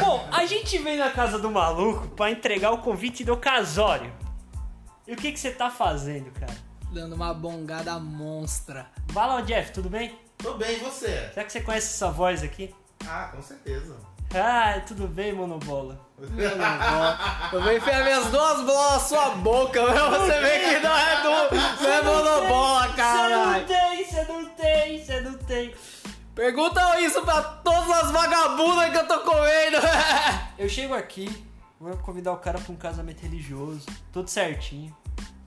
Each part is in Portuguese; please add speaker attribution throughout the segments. Speaker 1: Bom, a gente veio na casa do maluco pra entregar o convite do casório. E o que que você tá fazendo, cara?
Speaker 2: Dando uma bongada monstra.
Speaker 1: Vai lá, ô Jeff, tudo bem?
Speaker 3: Tô bem, e você?
Speaker 1: Será que você conhece essa voz aqui?
Speaker 3: Ah, com certeza.
Speaker 1: Ah, tudo bem, monobola.
Speaker 2: Eu não vou- Eu vou enfiar minhas duas bolas na sua boca, mas você vê que não é do. Não é monobola, caralho.
Speaker 1: Você não tem, você não tem, você não tem.
Speaker 2: Pergunta isso pra todas as vagabundas que eu tô comendo.
Speaker 1: Eu chego aqui, vou convidar o cara pra um casamento religioso, tudo certinho,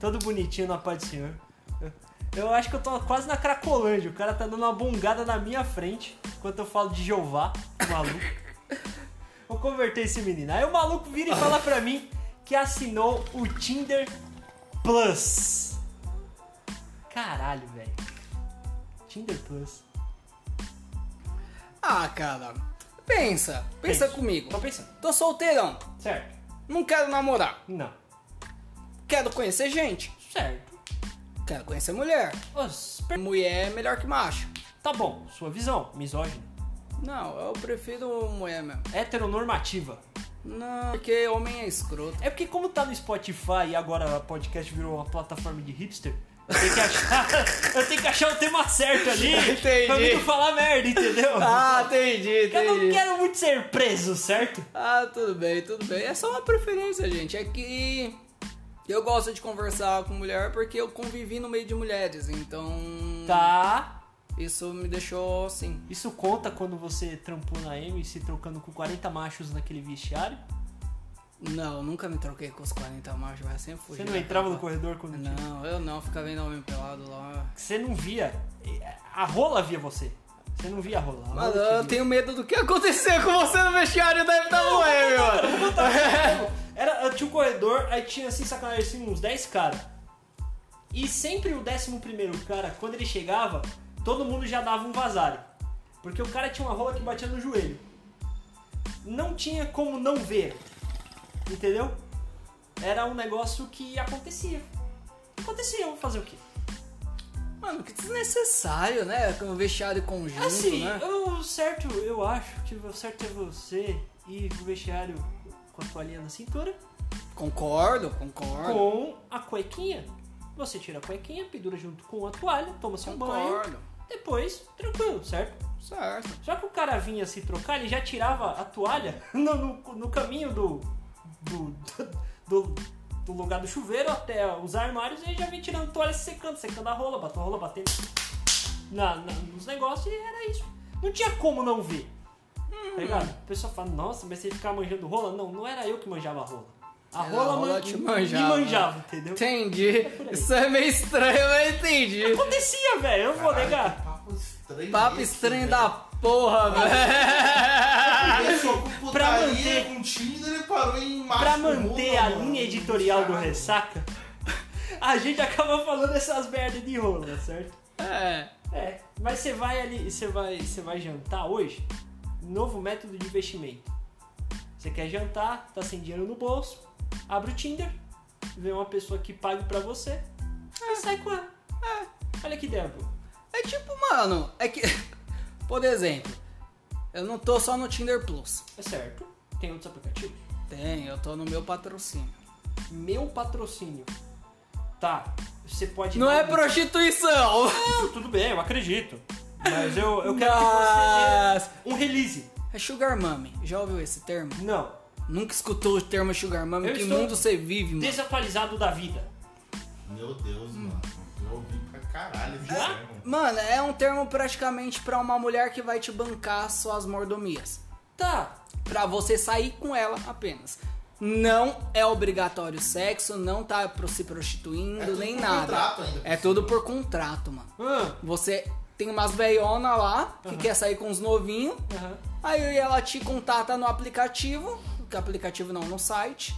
Speaker 1: todo bonitinho na paz do Senhor. Eu- Eu acho que eu tô quase na Cracolândia, o cara tá dando uma bungada na minha frente enquanto eu falo de Jeová, o maluco. Vou converter esse menino. Aí o maluco vira e fala pra mim que assinou o Tinder Plus. Caralho, velho. Tinder Plus.
Speaker 2: Ah, cara. Pensa, pensa
Speaker 1: Penso.
Speaker 2: comigo.
Speaker 1: Tô pensando.
Speaker 2: Tô solteirão,
Speaker 1: Certo?
Speaker 2: não quero namorar.
Speaker 1: Não.
Speaker 2: Quero conhecer gente,
Speaker 1: Certo.
Speaker 2: quero conhecer mulher.
Speaker 1: Os per-
Speaker 2: Mulher é melhor que macho.
Speaker 1: Tá bom, sua visão, misógina.
Speaker 2: Não, eu prefiro mulher mesmo.
Speaker 1: Heteronormativa.
Speaker 2: Não, porque homem é escroto.
Speaker 1: É porque como tá no Spotify e agora a podcast virou uma plataforma de hipster, eu tenho que achar, eu tenho que achar o tema certo ali
Speaker 2: Entendi.
Speaker 1: pra mim não falar merda, entendeu?
Speaker 2: Ah, entendi, entendi.
Speaker 1: eu não quero muito ser preso, certo?
Speaker 2: Ah, tudo bem, tudo bem. É só uma preferência, gente. É que eu gosto de conversar com mulher porque eu convivi no meio de mulheres, então
Speaker 1: Tá.
Speaker 2: isso me deixou assim.
Speaker 1: Isso conta quando você trampou na M se trocando com 40 machos naquele vestiário?
Speaker 2: Não, nunca me troquei com os 40 machos, mas sempre fugi.
Speaker 1: Você não
Speaker 2: da
Speaker 1: entrava no
Speaker 2: capa.
Speaker 1: corredor quando tinha?
Speaker 2: é, Não, eu não, ficava vendo homem pelado lá.
Speaker 1: Você não via. eh, A rola via você. Você não via a rola. a rola
Speaker 2: Mano,
Speaker 1: te
Speaker 2: eu
Speaker 1: via.
Speaker 2: tenho medo do que aconteceu com você no vestiário da FWM, mano.
Speaker 1: Era, eu tinha um corredor, aí tinha assim, sacanagem, assim, uns 10 caras. E sempre o 11 primeiro cara, quando ele chegava, todo mundo já dava um vazare. Porque o cara tinha uma rola que batia no joelho. Não tinha como não ver. Entendeu? Era um negócio que acontecia. Acontecia, vamos fazer o quê?
Speaker 2: Mano, que desnecessário, né? Com o vestiário conjunto,
Speaker 1: Assim,
Speaker 2: né?
Speaker 1: o certo, eu acho que o certo é você ir pro vestiário com a toalhinha na cintura.
Speaker 2: Concordo, concordo.
Speaker 1: com a cuequinha. Você tira a cuequinha, pendura junto com a toalha, toma seu banho,
Speaker 2: Concordo.
Speaker 1: depois, tranquilo, certo?
Speaker 2: Certo.
Speaker 1: Só que o cara vinha se trocar, ele já tirava a toalha no, no- no caminho do do, do- do lugar do chuveiro até os armários, e ele já vinha tirando toalha secando, secando a rola, batendo a rola, batendo na- na- nos negócios, e era isso. Não tinha como não ver.
Speaker 2: Uhum.
Speaker 1: Tá ligado? A pessoa fala, nossa, mas você ficar manjando rola? Não, não era eu que manjava a rola. A
Speaker 2: Era,
Speaker 1: rola,
Speaker 2: a rola
Speaker 1: man-
Speaker 2: te
Speaker 1: me
Speaker 2: manjava.
Speaker 1: manjava, entendeu?
Speaker 2: Entendi.
Speaker 1: por aí.
Speaker 2: Isso é meio estranho, mas entendi.
Speaker 1: Acontecia, velho, eu não vou
Speaker 3: Caralho, que
Speaker 1: negar.
Speaker 3: Papo estranho.
Speaker 2: Papo
Speaker 3: esse,
Speaker 2: estranho
Speaker 3: velho.
Speaker 2: da porra, velho.
Speaker 3: Começou com
Speaker 1: Pra
Speaker 3: putaria,
Speaker 1: manter-
Speaker 3: com Tinder e parou em macho
Speaker 1: Pra manter
Speaker 3: rola,
Speaker 1: a
Speaker 3: mano. é
Speaker 1: linha editorial do
Speaker 3: Caralho.
Speaker 1: Ressaca, a gente acaba falando essas merdas de rola, certo?
Speaker 2: É.
Speaker 1: É, mas você vai ali, você vai, você vai jantar hoje? Novo método de investimento. Você quer jantar, tá sem dinheiro no bolso, abre o Tinder, vê uma pessoa que pague pra você,
Speaker 3: É.
Speaker 1: e sai com ela. Olha que ideia, pô.
Speaker 2: É tipo, mano, é que. Por exemplo, eu não tô só no Tinder Plus.
Speaker 1: É certo. Tem outros aplicativos?
Speaker 2: Tem, eu tô no meu patrocínio.
Speaker 1: Meu patrocínio. Tá, você pode.
Speaker 2: Não
Speaker 1: dar
Speaker 2: é
Speaker 1: um-
Speaker 2: prostituição!
Speaker 1: Não, tudo bem, eu acredito. Mas eu, eu quero que
Speaker 2: Mas-
Speaker 1: você dê um release.
Speaker 2: É Sugar Mummy. Já ouviu esse termo?
Speaker 1: Não.
Speaker 2: Nunca escutou o termo Sugar Mummy?
Speaker 1: Eu
Speaker 2: que
Speaker 1: estou
Speaker 2: mundo você vive, mano?
Speaker 1: Desatualizado da vida.
Speaker 3: Meu Deus, mano. Eu ouvi pra caralho esse
Speaker 1: Já?
Speaker 3: termo.
Speaker 2: Mano, é um termo praticamente pra uma mulher que vai te bancar suas mordomias.
Speaker 1: Tá.
Speaker 2: Pra você sair com ela apenas. Não é obrigatório sexo, não tá pro- se prostituindo,
Speaker 3: É tudo
Speaker 2: nem
Speaker 3: por
Speaker 2: nada.
Speaker 3: contrato ainda,
Speaker 2: é
Speaker 3: por
Speaker 2: tudo
Speaker 3: cima.
Speaker 2: por contrato, mano.
Speaker 1: Hum.
Speaker 2: Você tem umas veiona lá que quer sair com os novinhos,
Speaker 1: Aham.
Speaker 2: aí ela te contata no aplicativo, que aplicativo não, no site.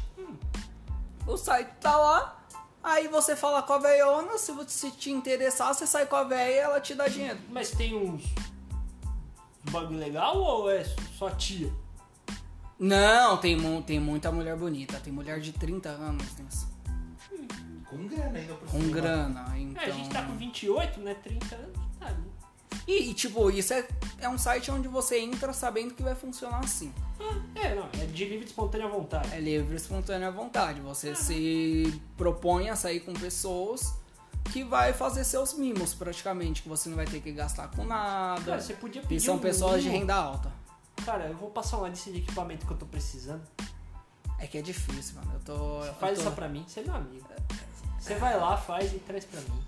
Speaker 2: O site tá lá, aí você fala com a veiona, se você se te interessar, você sai com a veia e ela te dá dinheiro.
Speaker 1: Mas tem uns. bagulho legal ou é só tia?
Speaker 2: Não, tem, mu- tem muita mulher bonita. Tem mulher de 30 anos nisso.
Speaker 3: Com grana ainda por
Speaker 2: Com
Speaker 3: cima.
Speaker 2: grana, então...
Speaker 1: É, a gente tá com 28, né? 30 anos. Tá,
Speaker 2: E, e, tipo, isso é, é um site onde você entra sabendo que vai funcionar assim.
Speaker 1: É, não, é de livre e espontânea vontade.
Speaker 2: É livre, espontânea à vontade. Você se propõe a sair com pessoas que vai fazer seus mimos, praticamente, que você não vai ter que gastar com nada.
Speaker 1: Cara, você podia pedir
Speaker 2: e são
Speaker 1: um
Speaker 2: pessoas é de
Speaker 1: mimo.
Speaker 2: renda alta.
Speaker 1: Cara, eu vou passar uma lista de equipamento que eu tô precisando.
Speaker 2: É que é difícil, mano. Eu tô. eu
Speaker 1: Faz
Speaker 2: tô- é,
Speaker 1: isso pra mim, você é meu amigo. Você vai lá, faz e traz pra mim.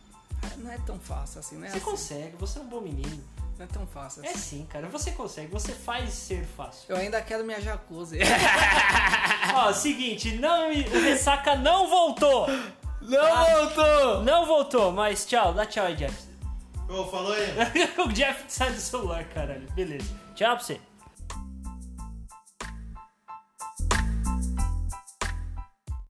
Speaker 2: Não é tão fácil assim, né?
Speaker 1: Você
Speaker 2: Assim,
Speaker 1: consegue, você é um bom menino.
Speaker 2: Não é tão fácil
Speaker 1: É
Speaker 2: assim.
Speaker 1: sim, cara, você consegue, você faz ser fácil.
Speaker 2: Eu ainda quero minha jacuzzi.
Speaker 1: Ó, seguinte, não, o Ressaca não voltou!
Speaker 2: Não voltou!
Speaker 1: Não voltou, mas tchau, dá tchau aí, Jeff.
Speaker 3: Ô, falou aí.
Speaker 1: o Jeff sai do celular, caralho. Beleza. Tchau pra você.